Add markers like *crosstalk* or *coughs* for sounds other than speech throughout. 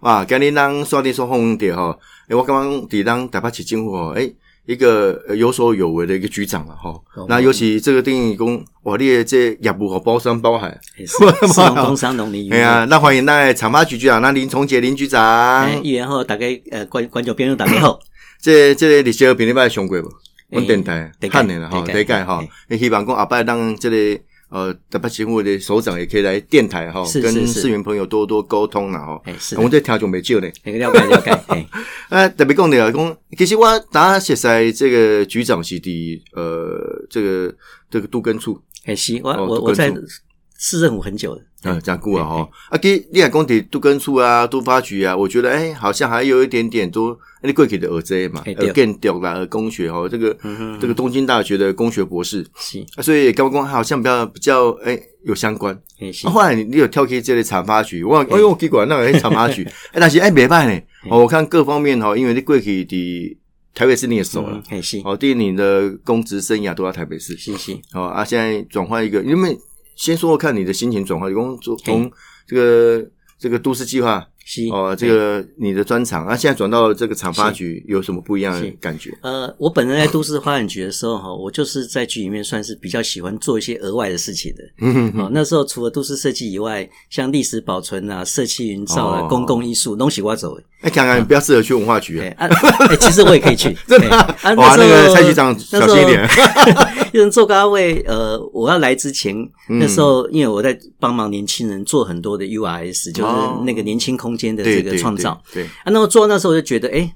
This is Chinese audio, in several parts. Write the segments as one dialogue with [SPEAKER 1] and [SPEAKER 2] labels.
[SPEAKER 1] 哇，啊今日咱刷电说红点吼，诶、我刚刚伫咱台北市政府吼，诶、一个呃有所有为的一个局长了吼
[SPEAKER 2] 哦。
[SPEAKER 1] 那尤其这个定义工，哇，你的这业务吼包山包海。
[SPEAKER 2] 嘿
[SPEAKER 1] *laughs*
[SPEAKER 2] 是啊是农工商农林渔
[SPEAKER 1] 哎
[SPEAKER 2] 业。
[SPEAKER 1] 呀，那欢迎咱的厂发局局长，那林崇杰林局长，
[SPEAKER 2] 哎，议员好，大家呃观观众朋友大家好，
[SPEAKER 1] 这这个历史平礼拜上过无？阮
[SPEAKER 2] 诶
[SPEAKER 1] 电台
[SPEAKER 2] 第一届
[SPEAKER 1] 看年了吼，
[SPEAKER 2] 第
[SPEAKER 1] 第
[SPEAKER 2] 一届
[SPEAKER 1] 一届吼
[SPEAKER 2] 嘿，
[SPEAKER 1] 也希望讲后摆让这个呃台北新闻的首长也可以来电台吼，
[SPEAKER 2] 是是
[SPEAKER 1] 跟
[SPEAKER 2] 是
[SPEAKER 1] 市民朋友多多沟通啦吼。
[SPEAKER 2] 哎是
[SPEAKER 1] 我，们这听众袂少呢。
[SPEAKER 2] 那个了解了解，哎，
[SPEAKER 1] 啊，特别讲的啊，讲其实我打实在这个局长是伫呃这个这个都根处
[SPEAKER 2] 哎是，我
[SPEAKER 1] 哦
[SPEAKER 2] 我
[SPEAKER 1] 都
[SPEAKER 2] 我在
[SPEAKER 1] 关注
[SPEAKER 2] 市政府很久了，
[SPEAKER 1] 啊，讲久啊吼。啊，其实你若讲伫都根处啊、都发局啊，我觉得哎、好像还有一点点都你过去的耳这嘛
[SPEAKER 2] 哎，对
[SPEAKER 1] 耳建掉啦，耳工学吼，这个
[SPEAKER 2] 嗯哼
[SPEAKER 1] 这个东京大学的工学博士，
[SPEAKER 2] 是，
[SPEAKER 1] 啊，所以高工好像比较比较哎、有相关。
[SPEAKER 2] 哎是
[SPEAKER 1] 啊、，后来你你有跳去这类产发局，我哎呦，结果那个产发
[SPEAKER 2] *laughs*
[SPEAKER 1] 局，哎，但是哎没办呢，哦，我看各方面哈，因为你过去的台北市你也熟了
[SPEAKER 2] 嗯，哎是，
[SPEAKER 1] 哦，对你的公职生涯都在台北市，
[SPEAKER 2] 是是，
[SPEAKER 1] 哦啊，现在转换一个，因为先说说看你的心情转换，从从从
[SPEAKER 2] 嘿
[SPEAKER 1] 这个这个都市计划
[SPEAKER 2] 是，
[SPEAKER 1] 哦，这个你的专长啊，现在转到这个产发局有什么不一样的
[SPEAKER 2] 是
[SPEAKER 1] 感觉？ *laughs*
[SPEAKER 2] 呃，我本人在都市发展局的时候哈，我就是在局里面算是比较喜欢做一些额外的事情的。
[SPEAKER 1] 嗯
[SPEAKER 2] 哦，那时候除了都市设计以外，像历史保存啊、社区营造啊、
[SPEAKER 1] 哦
[SPEAKER 2] 公共艺术东西挖走。
[SPEAKER 1] 哎，看看比较适合去文化局
[SPEAKER 2] 哎
[SPEAKER 1] 啊，
[SPEAKER 2] 啊， *laughs* 哎，其实我也可以去。
[SPEAKER 1] *laughs* 真的
[SPEAKER 2] 哎
[SPEAKER 1] 啊
[SPEAKER 2] 啊，
[SPEAKER 1] 哇
[SPEAKER 2] 那时候
[SPEAKER 1] 那个蔡局长
[SPEAKER 2] 那时候
[SPEAKER 1] 小心一点
[SPEAKER 2] *laughs* 有人做高位，呃，我要来之前，
[SPEAKER 1] 嗯
[SPEAKER 2] 那时候因为我在帮忙年轻人做很多的 URS，就是
[SPEAKER 1] 哦
[SPEAKER 2] 那个年轻空间的
[SPEAKER 1] 对
[SPEAKER 2] 这
[SPEAKER 1] 对
[SPEAKER 2] 个
[SPEAKER 1] 哦对
[SPEAKER 2] 创造。，
[SPEAKER 1] 对，
[SPEAKER 2] 啊，那么做到那时候我就觉得，哎，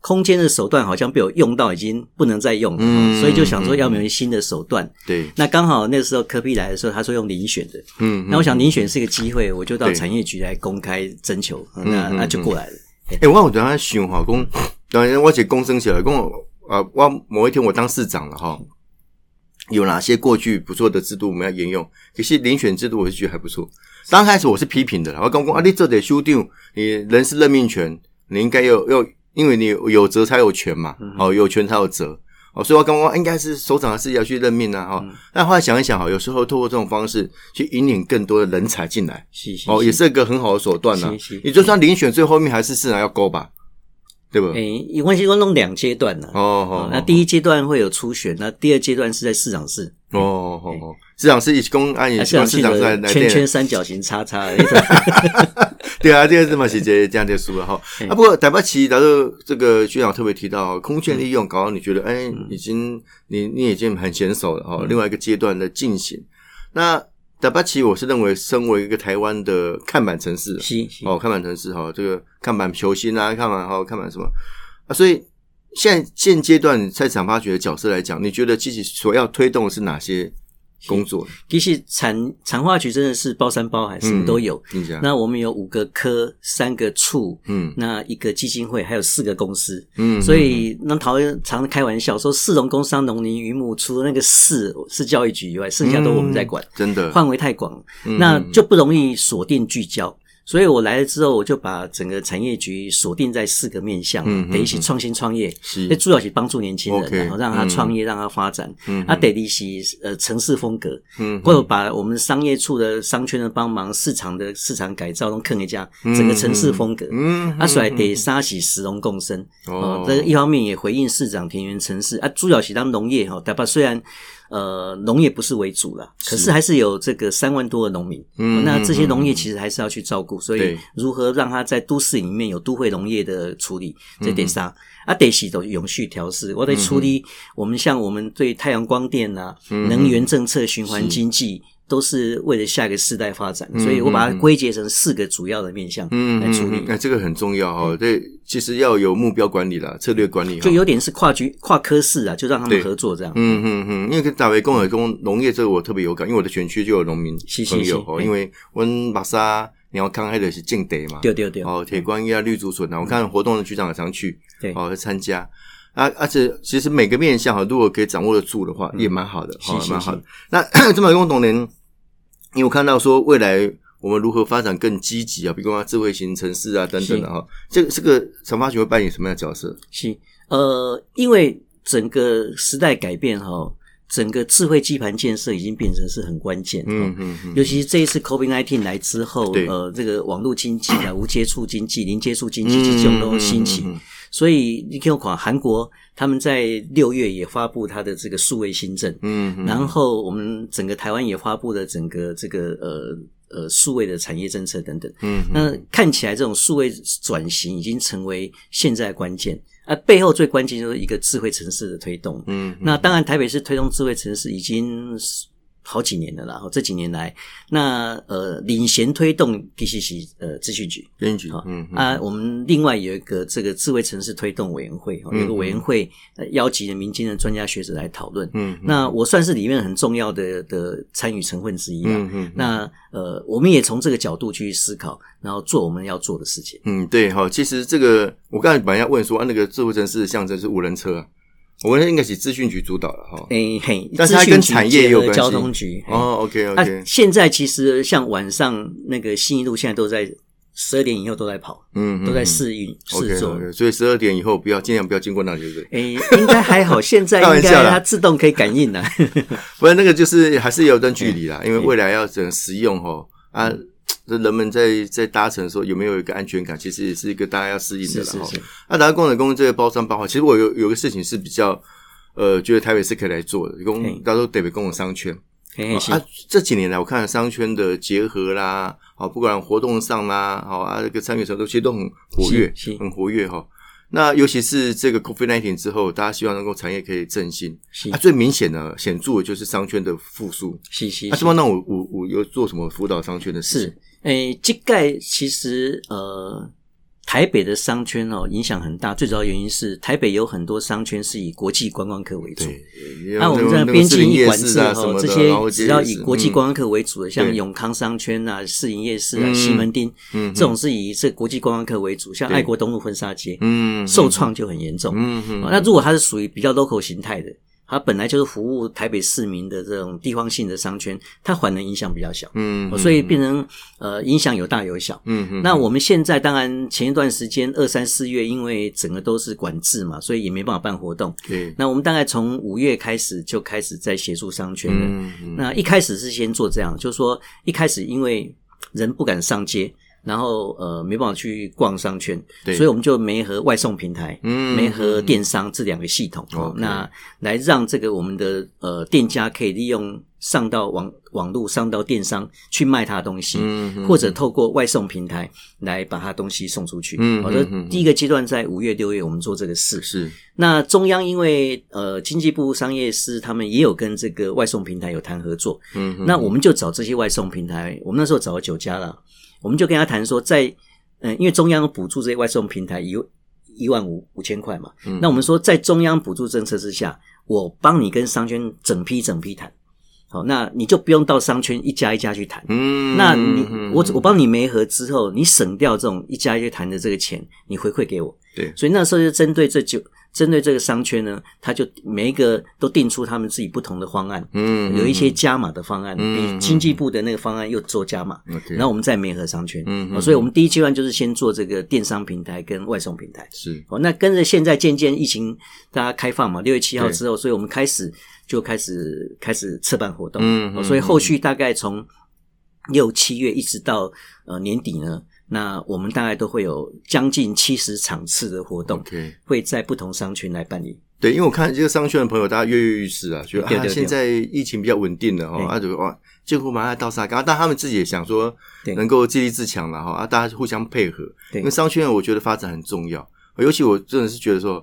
[SPEAKER 2] 空间的手段好像被我用到已经不能再用了，
[SPEAKER 1] 嗯
[SPEAKER 2] 所以就想说要没有新的手段。
[SPEAKER 1] 对，
[SPEAKER 2] 那刚好那时候科比来的时候，他说用遴选的，
[SPEAKER 1] 嗯，
[SPEAKER 2] 那我想遴选是一个机会，我就到
[SPEAKER 1] 对
[SPEAKER 2] 产业局来公开征求，啊
[SPEAKER 1] 嗯
[SPEAKER 2] 那
[SPEAKER 1] 嗯
[SPEAKER 2] 那就过来了。
[SPEAKER 1] 哎、我有当下想吼，讲 *coughs* 当然我是公生起来，讲啊，我某一天我当市长了哈，有哪些过去不错的制度我们要沿用？可是遴选制度我是觉得还不错。刚开始我是批评的啦，我讲讲啊，你这得修订，你人事任命权，你应该要要，因为你有责才有权嘛，
[SPEAKER 2] 嗯
[SPEAKER 1] 哦，有权才有责。哦，所以我刚刚应该是首长的事要去任命啊，哈、
[SPEAKER 2] 嗯
[SPEAKER 1] 哦。但后来想一想，哈，有时候透过这种方式去引领更多的人才进来，
[SPEAKER 2] 是是
[SPEAKER 1] 哦，
[SPEAKER 2] 是
[SPEAKER 1] 也是一个很好的手段啊呐、
[SPEAKER 2] 是是
[SPEAKER 1] 你就算遴选最后面还是市场要勾吧，对不？
[SPEAKER 2] 哎，一共一共弄两阶段呢。
[SPEAKER 1] 嗯哦哦，
[SPEAKER 2] 那第一阶段会有初选，那第二阶段是在市长室，
[SPEAKER 1] 哦哦哦哦，市场是一起公安也
[SPEAKER 2] 哎啊
[SPEAKER 1] 是
[SPEAKER 2] 市
[SPEAKER 1] 嗯
[SPEAKER 2] 长
[SPEAKER 1] 哦市
[SPEAKER 2] 室
[SPEAKER 1] 场是来
[SPEAKER 2] 的
[SPEAKER 1] 来
[SPEAKER 2] 圈圈
[SPEAKER 1] 练，
[SPEAKER 2] 三角形叉叉的那
[SPEAKER 1] *laughs*
[SPEAKER 2] 种，
[SPEAKER 1] 对啊，这个是嘛是这这样结束了哈。
[SPEAKER 2] 哎
[SPEAKER 1] 啊，不过台北市然后这个局长特别提到空间利用，搞到你觉得哎，
[SPEAKER 2] 嗯
[SPEAKER 1] 已经你你已经很娴熟了哈。另外一个阶段的进行，那台北市我是认为身为一个台湾的看板城市，
[SPEAKER 2] 是是
[SPEAKER 1] 哦，看板城市哈，这个看板球星啊，看板哈，看板什么啊？所以现在现阶段在产发掘的角色来讲，你觉得自己所要推动的是哪些工作？
[SPEAKER 2] 其实产产化局真的是包山包海，什么都有。
[SPEAKER 1] 你讲，
[SPEAKER 2] 那我们有五个科，三个处，
[SPEAKER 1] 嗯
[SPEAKER 2] 那一个基金会，还有四个公司。
[SPEAKER 1] 嗯
[SPEAKER 2] 所以那陶常常开玩笑说，市农工商农林渔牧，除了那个市是教育局以外，剩下都我们在管，
[SPEAKER 1] 嗯真的，
[SPEAKER 2] 范围太广了，
[SPEAKER 1] 嗯
[SPEAKER 2] 那就不容易锁定聚焦。所以我来了之后，我就把整个产业局锁定在四个面向，
[SPEAKER 1] 嗯嗯
[SPEAKER 2] 得一起创新创业。
[SPEAKER 1] 是
[SPEAKER 2] 那主要是帮助年轻人，啊
[SPEAKER 1] OK，
[SPEAKER 2] 然后让他
[SPEAKER 1] 嗯
[SPEAKER 2] 创业，让他发展。
[SPEAKER 1] 嗯
[SPEAKER 2] 啊，得一起呃城市风格，
[SPEAKER 1] 嗯
[SPEAKER 2] 或者把我们商业处的商圈的帮忙、市场的市场改造，弄坑一家整个城市风格。
[SPEAKER 1] 嗯
[SPEAKER 2] 啊，所以得沙喜石龙共生
[SPEAKER 1] 哦
[SPEAKER 2] 哦。这个一方面也回应市长田园城市啊，主要是当农业哈，台北虽然呃农业不是为主啦，可是还是有这个三万多的农民。
[SPEAKER 1] 嗯
[SPEAKER 2] 哦那这些农业
[SPEAKER 1] 嗯
[SPEAKER 2] 其实还是要去照顾，所
[SPEAKER 1] 对
[SPEAKER 2] 以如何让它在都市里面有都会农业的处理，
[SPEAKER 1] 嗯
[SPEAKER 2] 这得沙啊得洗都永续调试，我得处理
[SPEAKER 1] 嗯
[SPEAKER 2] 我们像我们对太阳光电啊、能源政策、循环经济。都是为了下一个世代发展，所以我把它归结成四个主要的面向
[SPEAKER 1] 嗯
[SPEAKER 2] 来处理。嗯
[SPEAKER 1] 嗯那这个很重要哈。对，其实要有目标管理啦，策略管理哈
[SPEAKER 2] 就。有点是跨局跨科室啊，就让他
[SPEAKER 1] 对
[SPEAKER 2] 们合作这样。
[SPEAKER 1] 嗯嗯嗯，因为跟大围共和中农业这个我特别有感，因为我的选区就有农民
[SPEAKER 2] 是是哎
[SPEAKER 1] 朋友
[SPEAKER 2] 是
[SPEAKER 1] 哦，
[SPEAKER 2] 嘿
[SPEAKER 1] 因为温巴沙你要看开的是建地嘛，
[SPEAKER 2] 对对对，
[SPEAKER 1] 哦，铁观音啊、绿竹笋啊，我看活动的局长也常去，
[SPEAKER 2] 对
[SPEAKER 1] 哦，参加。啊，而且其实每个面向哈，如果可以掌握得住的话，也蛮好的，
[SPEAKER 2] 是
[SPEAKER 1] 哈、
[SPEAKER 2] 是
[SPEAKER 1] 蛮好的。那这么共同年，因为我看到说未来我们如何发展更积极啊，比如说智慧型城市啊等等的哈、这个这个长发局会扮演什么样的角色？
[SPEAKER 2] 是呃，因为整个时代改变哈、整个智慧基盘建设已经变成是很关键。
[SPEAKER 1] 嗯
[SPEAKER 2] 哦
[SPEAKER 1] 嗯嗯，
[SPEAKER 2] 尤其是这一次 COVID-19 来之后
[SPEAKER 1] 对，
[SPEAKER 2] 呃，这个网络经济
[SPEAKER 1] *coughs*
[SPEAKER 2] 啊、无接触经济、零接触经济这种都兴起，
[SPEAKER 1] 嗯嗯嗯嗯
[SPEAKER 2] 所以你看，款韩国他们在六月也发布它的这个数位新政，
[SPEAKER 1] 嗯嗯，
[SPEAKER 2] 然后我们整个台湾也发布了整个这个呃呃数位的产业政策等等。
[SPEAKER 1] 嗯嗯
[SPEAKER 2] 那看起来这种数位转型已经成为现在的关键，而背后最关键就是一个智慧城市的推动。
[SPEAKER 1] 嗯，
[SPEAKER 2] 那当然，台北市推动智慧城市已经好几年了啦，然后这几年来，那呃领衔推动 PCC 呃资讯局，
[SPEAKER 1] 编剧
[SPEAKER 2] 好，
[SPEAKER 1] 嗯嗯
[SPEAKER 2] 啊，我们另外有一个这个智慧城市推动委员会，哦有一个
[SPEAKER 1] 嗯
[SPEAKER 2] 委员会呃邀集了民间的专家学者来讨论。
[SPEAKER 1] 嗯嗯
[SPEAKER 2] 那我算是里面很重要的的参与成分之一啊。
[SPEAKER 1] 嗯嗯，
[SPEAKER 2] 那呃，我们也从这个角度去思考，然后做我们要做的事情。
[SPEAKER 1] 嗯，对哈，其实这个我刚才本来要问说，啊，那个智慧城市的象征是无人车啊，我们应该是资讯局主导了哈。
[SPEAKER 2] 诶、嘿，
[SPEAKER 1] 但是它
[SPEAKER 2] 资讯
[SPEAKER 1] 跟
[SPEAKER 2] 局
[SPEAKER 1] 产业也有
[SPEAKER 2] 结合
[SPEAKER 1] 关系
[SPEAKER 2] 交通局。嘿
[SPEAKER 1] 哦，OK
[SPEAKER 2] 那
[SPEAKER 1] OK，
[SPEAKER 2] 现在其实像晚上那个新一路现在都在十二点以后都在跑，
[SPEAKER 1] 嗯，
[SPEAKER 2] 啊都在试运试
[SPEAKER 1] OK
[SPEAKER 2] 做。
[SPEAKER 1] OK，所以十二点以后不要尽量不要经过那里，对不对？
[SPEAKER 2] 诶、应该
[SPEAKER 1] *laughs*
[SPEAKER 2] 还好，现在
[SPEAKER 1] 开玩
[SPEAKER 2] 应该
[SPEAKER 1] 笑啦
[SPEAKER 2] 它自动可以感应了。啊
[SPEAKER 1] 不然那个就是还是有段距离啦，因为未来要整实用哈啊，
[SPEAKER 2] 嗯
[SPEAKER 1] 这人们在在搭乘的时候有没有一个安全感，其实也 *laughs* 是一个大家要适应的
[SPEAKER 2] 是
[SPEAKER 1] 啦。哦
[SPEAKER 2] 是
[SPEAKER 1] 哈
[SPEAKER 2] 是，
[SPEAKER 1] 那达到功能公司这个包商包化，其实我有有个事情是比较呃，觉得台北是可以来做的，
[SPEAKER 2] 嘿
[SPEAKER 1] 公到时候台北公共商圈。
[SPEAKER 2] 嘿嘿，是
[SPEAKER 1] 啊，这几年来，我看商圈的结合啦，好、不管活动上啦，好、啊，这个参与程度其实都很活跃
[SPEAKER 2] 是是，
[SPEAKER 1] 很活跃哈、那尤其是这个 COVID 1 9之后，大家希望能够产业可以振兴。
[SPEAKER 2] 是
[SPEAKER 1] 啊，最明显的、显著的就是商圈的复苏。
[SPEAKER 2] 是是
[SPEAKER 1] 啊，这帮那我我我有做什么辅导商圈的事
[SPEAKER 2] 是
[SPEAKER 1] 情？，
[SPEAKER 2] 诶，这盖其实呃，台北的商圈哦影响很大，最主要原因是台北有很多商圈是以国际观光客为主。
[SPEAKER 1] 对，
[SPEAKER 2] 那我们
[SPEAKER 1] 在
[SPEAKER 2] 在边境一管制
[SPEAKER 1] 啊
[SPEAKER 2] 哦，
[SPEAKER 1] 什么的，
[SPEAKER 2] 这
[SPEAKER 1] 然后
[SPEAKER 2] 些
[SPEAKER 1] 街
[SPEAKER 2] 只要
[SPEAKER 1] 市
[SPEAKER 2] 以国际
[SPEAKER 1] 嗯
[SPEAKER 2] 观光客为主的，像
[SPEAKER 1] 对
[SPEAKER 2] 永康商圈啊、市营夜市啊、
[SPEAKER 1] 嗯
[SPEAKER 2] 西门町，
[SPEAKER 1] 嗯
[SPEAKER 2] 这种是以这国际观光客为主，像
[SPEAKER 1] 对
[SPEAKER 2] 爱国东路婚纱街，
[SPEAKER 1] 嗯嗯
[SPEAKER 2] 受创就很严重。
[SPEAKER 1] 嗯嗯
[SPEAKER 2] 哦那如果它是属于比较 local 形态的，它本来就是服务台北市民的这种地方性的商圈，它反而影响比较小。
[SPEAKER 1] 嗯
[SPEAKER 2] 哦所以变成呃影响有大有小。
[SPEAKER 1] 嗯嗯
[SPEAKER 2] 那我们现在当然前一段时间二三四月，因为整个都是管制嘛，所以也没办法办活动。
[SPEAKER 1] 对，
[SPEAKER 2] 那我们大概从五月开始就开始在协助商圈了。
[SPEAKER 1] 嗯嗯
[SPEAKER 2] 那一开始是先做这样，就是说一开始因为人不敢上街，然后呃没办法去逛商圈，
[SPEAKER 1] 对
[SPEAKER 2] 所以我们就没和外送平台，
[SPEAKER 1] 嗯
[SPEAKER 2] 没和电商这两个系统，哦
[SPEAKER 1] OK
[SPEAKER 2] 那来让这个我们的呃店家可以利用上到网网络上到电商去卖他的东西，
[SPEAKER 1] 嗯嗯
[SPEAKER 2] 或者透过外送平台来把他东西送出去。
[SPEAKER 1] 嗯
[SPEAKER 2] 好的
[SPEAKER 1] 嗯嗯，
[SPEAKER 2] 第一个阶段在五月六月我们做这个事。
[SPEAKER 1] 是
[SPEAKER 2] 那中央因为呃经济部商业司他们也有跟这个外送平台有谈合作，
[SPEAKER 1] 嗯嗯
[SPEAKER 2] 那我们就找这些外送平台，我们那时候找了九家啦，我们就跟他谈说在，嗯，因为中央补助这些外送平台一一万五五千块嘛，
[SPEAKER 1] 嗯
[SPEAKER 2] 那我们说在中央补助政策之下，我帮你跟商圈整批整批谈，好，那你就不用到商圈一家一家去谈。
[SPEAKER 1] 嗯
[SPEAKER 2] 那你
[SPEAKER 1] 嗯
[SPEAKER 2] 我我帮你媒合之后，你省掉这种一家一家去谈的这个钱，你回馈给我，
[SPEAKER 1] 对
[SPEAKER 2] 所以那时候就针对这九，针对这个商圈呢，他就每一个都定出他们自己不同的方案，
[SPEAKER 1] 嗯
[SPEAKER 2] 有一些加码的方案，
[SPEAKER 1] 嗯
[SPEAKER 2] 比经济部的那个方案又做加码，
[SPEAKER 1] OK，
[SPEAKER 2] 然后我们再媒合商圈。
[SPEAKER 1] 嗯嗯
[SPEAKER 2] 哦所以我们第一阶段就是先做这个电商平台跟外送平台。
[SPEAKER 1] 是
[SPEAKER 2] 哦，那跟着现在渐渐疫情大家开放嘛，六月七号
[SPEAKER 1] 对
[SPEAKER 2] 之后，所以我们开始就开始开始策办活动。
[SPEAKER 1] 嗯
[SPEAKER 2] 哦所以后续大概从六七月一直到呃年底呢，那我们大概都会有将近七十场次的活动，
[SPEAKER 1] 嗯 OK
[SPEAKER 2] 会在不同商圈来办理。
[SPEAKER 1] 对，因为我看这个商圈的朋友，大家跃跃欲试啊，觉得
[SPEAKER 2] 对
[SPEAKER 1] 啊
[SPEAKER 2] 对对
[SPEAKER 1] 现在疫情比较稳定了哈，
[SPEAKER 2] 对
[SPEAKER 1] 啊就哇。近乎马上到沙嘎，但他们自己也想说
[SPEAKER 2] 对
[SPEAKER 1] 能够自立自强了哈啊，大家互相配合。
[SPEAKER 2] 对
[SPEAKER 1] 因为商圈我觉得发展很重要，尤其我真的是觉得说，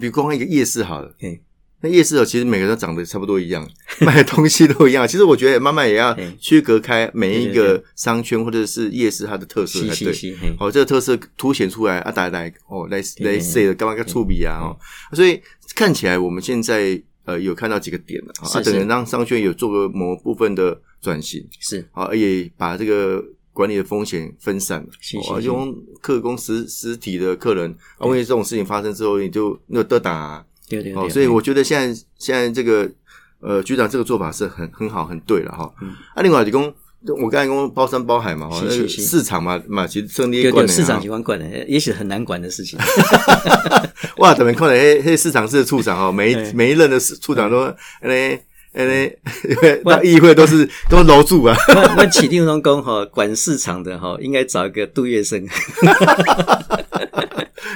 [SPEAKER 1] 比如光看一个夜市好了，
[SPEAKER 2] 对，
[SPEAKER 1] 那夜市哦，其实每个人都长得差不多一样， *laughs* 卖的东西都一样。其实我觉得慢慢也要
[SPEAKER 2] 对
[SPEAKER 1] 区隔开每一
[SPEAKER 2] 对对
[SPEAKER 1] 个商圈或者是夜市它的特色
[SPEAKER 2] 是
[SPEAKER 1] 才
[SPEAKER 2] 是
[SPEAKER 1] 对。
[SPEAKER 2] 是，嘿
[SPEAKER 1] 哦，这个特色凸显出来啊，大家来哦，来
[SPEAKER 2] 对
[SPEAKER 1] 来 say 的干嘛个触笔啊哦，所以看起来我们现在呃有看到几个点了啊，
[SPEAKER 2] 是
[SPEAKER 1] 啊等
[SPEAKER 2] 是
[SPEAKER 1] 于让商圈有做个某部分的转型
[SPEAKER 2] 是
[SPEAKER 1] 啊，也把这个管理的风险分散了
[SPEAKER 2] 是，是
[SPEAKER 1] 哦
[SPEAKER 2] 是
[SPEAKER 1] 用客工实实体的客人啊，因为这种事情发生之后，你就那得打啊
[SPEAKER 2] 对对
[SPEAKER 1] 哦，
[SPEAKER 2] 对，
[SPEAKER 1] 所以我觉得现在现在这个呃局长这个做法是很很好很对了哈
[SPEAKER 2] 嗯，
[SPEAKER 1] 啊，另外就讲。我刚才讲包山包海嘛，哈，
[SPEAKER 2] 是
[SPEAKER 1] 那
[SPEAKER 2] 是
[SPEAKER 1] 个
[SPEAKER 2] 是
[SPEAKER 1] 市场嘛嘛，其实胜利
[SPEAKER 2] 对
[SPEAKER 1] 冠
[SPEAKER 2] 对
[SPEAKER 1] 的啊
[SPEAKER 2] 市
[SPEAKER 1] 哈
[SPEAKER 2] 长喜欢管的，也许很难管的事情。
[SPEAKER 1] 哇，等们看了黑黑市场室的处长哦，每一
[SPEAKER 2] *laughs* 对嗯
[SPEAKER 1] 每一任的市处长都嘞哎， *laughs* 那议会都是都楼住啊， *laughs*
[SPEAKER 2] 我我起定中工哈，管市场的哈，应该找一个杜月笙，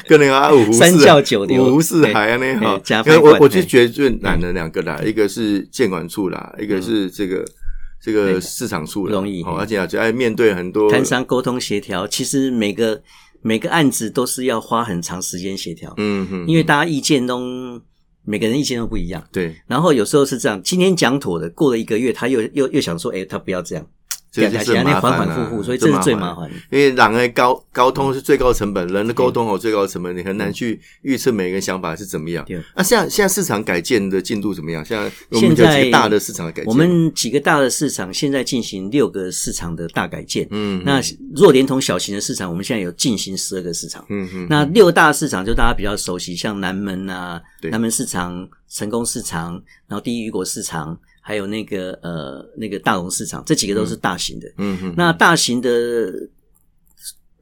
[SPEAKER 1] 跟那个
[SPEAKER 2] *laughs*
[SPEAKER 1] 啊五湖
[SPEAKER 2] 三
[SPEAKER 1] 四
[SPEAKER 2] 教
[SPEAKER 1] 海
[SPEAKER 2] 九流
[SPEAKER 1] 五湖四海啊那
[SPEAKER 2] 哎
[SPEAKER 1] 哈
[SPEAKER 2] 加，
[SPEAKER 1] 因为
[SPEAKER 2] 饭
[SPEAKER 1] 我
[SPEAKER 2] 馆嗯
[SPEAKER 1] 我就
[SPEAKER 2] 哎
[SPEAKER 1] 觉得最难的两个啦，一个是监管处啦，一个是这个这个市场处啦
[SPEAKER 2] 容易
[SPEAKER 1] 哦而且啊就哎面对很多
[SPEAKER 2] 谈商沟通协调，其实每个每个案子都是要花很长时间协调，
[SPEAKER 1] 嗯嗯，
[SPEAKER 2] 因为大家意见都每个人意见都不一样。
[SPEAKER 1] 对，
[SPEAKER 2] 然后有时候是这样，今天讲妥的，过了一个月，他又又又想说，哎，他不要这样，
[SPEAKER 1] 这就是很
[SPEAKER 2] 那
[SPEAKER 1] 麻
[SPEAKER 2] 反
[SPEAKER 1] 烦
[SPEAKER 2] 反
[SPEAKER 1] 啦
[SPEAKER 2] 复复，所以这是最麻。烦的。嗯
[SPEAKER 1] 因为人的沟沟通是最高成本，人的沟通哦最高成本，你很难去预测每个人想法是怎么样
[SPEAKER 2] 对。
[SPEAKER 1] 那现在现在市场改建的进度怎么样？现在我
[SPEAKER 2] 现
[SPEAKER 1] 们有
[SPEAKER 2] 在
[SPEAKER 1] 几个大的市场的改建，
[SPEAKER 2] 我们几个大的市场现在进行六个市场的大改建，
[SPEAKER 1] 嗯
[SPEAKER 2] 那若连同小型的市场，我们现在有进行十二个市场。
[SPEAKER 1] 嗯嗯
[SPEAKER 2] 那六大市场就大家比较熟悉，像南门啊，
[SPEAKER 1] 对
[SPEAKER 2] 南门市场、成功市场，然后第一雨果市场，还有那个呃那个大龙市场，这几个都是大型的。
[SPEAKER 1] 嗯嗯
[SPEAKER 2] 那大型的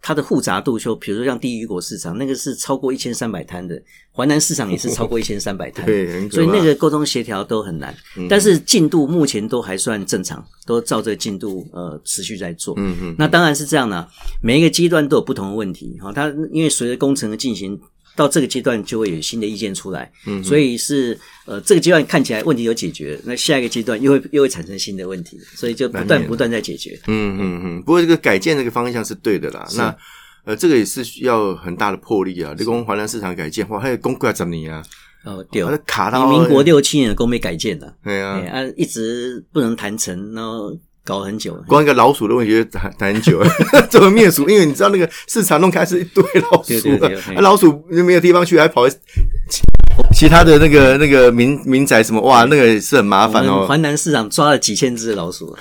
[SPEAKER 2] 它的复杂度就，比如说像地雨果市场，那个是超过一千三百摊的，华南市场也是超过一千三百
[SPEAKER 1] *laughs*
[SPEAKER 2] 摊，
[SPEAKER 1] 对很可怕嗯
[SPEAKER 2] 所以那个沟通协调都很难。但是进度目前都还算正常，都照着进度呃持续在做。
[SPEAKER 1] 嗯嗯
[SPEAKER 2] 那当然是这样啦、每一个阶段都有不同的问题哈、它因为随着工程的进行。到这个阶段就会有新的意见出来，嗯，所以是呃这个阶段看起来问题有解决，那下一个阶段又会 *laughs* 又会产生新的问题，所以就不
[SPEAKER 1] 难
[SPEAKER 2] 断
[SPEAKER 1] 免
[SPEAKER 2] 不断在解决。
[SPEAKER 1] 嗯嗯嗯。不过这个改建这个方向是对的啦。那呃，这个也是需要很大的魄力啊。你讲华南市场改建，哇，还有公怪怎么样？
[SPEAKER 2] 哦，对，
[SPEAKER 1] 它啊卡
[SPEAKER 2] 你
[SPEAKER 1] 到哎
[SPEAKER 2] 民国，六七年的工被改建了，
[SPEAKER 1] 对
[SPEAKER 2] 哎、
[SPEAKER 1] 啊，
[SPEAKER 2] 啊，一直不能谈成，然后搞很久。
[SPEAKER 1] 光一个老鼠的问题就谈谈很久， *laughs* 怎么灭鼠？因为你知道那个市场弄开是一堆老
[SPEAKER 2] 对
[SPEAKER 1] 鼠
[SPEAKER 2] 对对
[SPEAKER 1] 啊，
[SPEAKER 2] 嘿
[SPEAKER 1] 啊老鼠又没有地方去，还跑其其他的那个那个民民宅什么，哇，那个也是很麻
[SPEAKER 2] 我
[SPEAKER 1] 烦
[SPEAKER 2] 们
[SPEAKER 1] 哦
[SPEAKER 2] 华。南市场抓了几千只老
[SPEAKER 1] *laughs*
[SPEAKER 2] 鼠，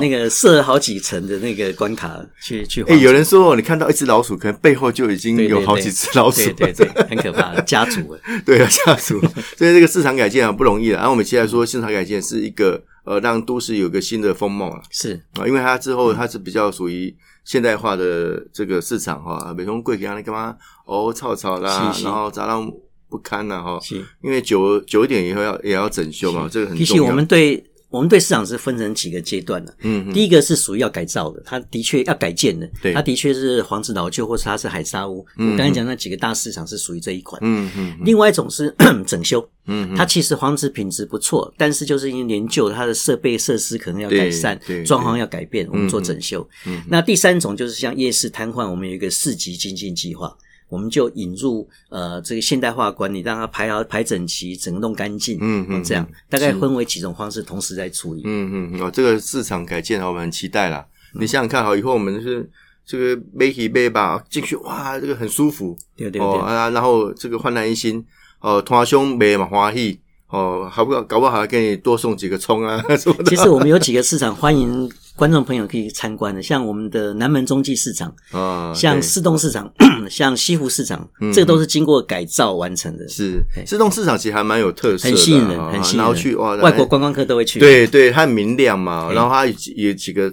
[SPEAKER 2] 那个设了好几层的那个关卡去去
[SPEAKER 1] 哎、
[SPEAKER 2] 防。
[SPEAKER 1] 有人说哦你看到一只老鼠，可能背后就已经
[SPEAKER 2] 对对
[SPEAKER 1] 有好几
[SPEAKER 2] 对
[SPEAKER 1] 只老鼠
[SPEAKER 2] 对
[SPEAKER 1] 了
[SPEAKER 2] 对对，很可怕，家族了
[SPEAKER 1] 对啊，吓死我！所以这个市场改建啊不容易的。然后我们期待说，市场改建是一个呃，让都市有个新的风貌啊， *laughs*
[SPEAKER 2] 是
[SPEAKER 1] 啊，因为它之
[SPEAKER 2] 嗯
[SPEAKER 1] 后它是比较属于现代化的这个市场哈、啊，美容贵给它那干嘛哦，草草啦，
[SPEAKER 2] 是是
[SPEAKER 1] 然后杂乱不堪呐、哈，
[SPEAKER 2] 是。
[SPEAKER 1] 因为久久一点以后要也要整修嘛，这个很
[SPEAKER 2] 其
[SPEAKER 1] 重
[SPEAKER 2] 实
[SPEAKER 1] 要。
[SPEAKER 2] 我们对我们对市场是分成几个阶段的、
[SPEAKER 1] 嗯嗯
[SPEAKER 2] 第一个是属于要改造的，它的确要改建的，
[SPEAKER 1] 对
[SPEAKER 2] 它的确是黄纸老旧或是它是海沙屋。
[SPEAKER 1] 嗯
[SPEAKER 2] 我刚才讲那几个大市场是属于这一款。
[SPEAKER 1] 嗯嗯
[SPEAKER 2] 另外一种是 *clears throat* 整修，
[SPEAKER 1] 嗯嗯，
[SPEAKER 2] 它其实房子品质不错，但是就是因为年旧，它的设备设施可能要改善
[SPEAKER 1] 对对，嗯
[SPEAKER 2] 装潢要改变，我们做整修。那第三种就是像夜市瘫痪，我们有一个市级精进计划。我们就引入呃这个现代化管理，让它排好排整齐，整个弄干净，哦
[SPEAKER 1] 嗯嗯
[SPEAKER 2] 这样大概分为几种方式同时在处理。
[SPEAKER 1] 嗯嗯，哦，这个市场改建啊，我们很期待啦。
[SPEAKER 2] 嗯
[SPEAKER 1] 你想想看哈，以后我们是这个背起背吧进去，哇，这个很舒服。
[SPEAKER 2] 对对对，
[SPEAKER 1] 哦 *laughs* 啊，然后这个焕然一新，哦，团兄没嘛欢喜，哦，好不好？搞不好还给你多送几个葱啊 *laughs* 什么的。
[SPEAKER 2] 其实我们有几个市场欢迎观众朋友可以参观的，像我们的南门中继市场，
[SPEAKER 1] 啊，
[SPEAKER 2] 像
[SPEAKER 1] 对嗯
[SPEAKER 2] 四洞市场，像西湖市场， *clears throat* 这个都是经过改造完成的。
[SPEAKER 1] 是
[SPEAKER 2] 嘿
[SPEAKER 1] 自动市场其实还蛮有特色的啊，
[SPEAKER 2] 很吸引人，
[SPEAKER 1] 啊
[SPEAKER 2] 很吸引人。
[SPEAKER 1] 然后去哇，
[SPEAKER 2] 外国
[SPEAKER 1] 光
[SPEAKER 2] 观光客都会去。，
[SPEAKER 1] 对对，它很明亮嘛，
[SPEAKER 2] 嘿
[SPEAKER 1] 然后它有几有几个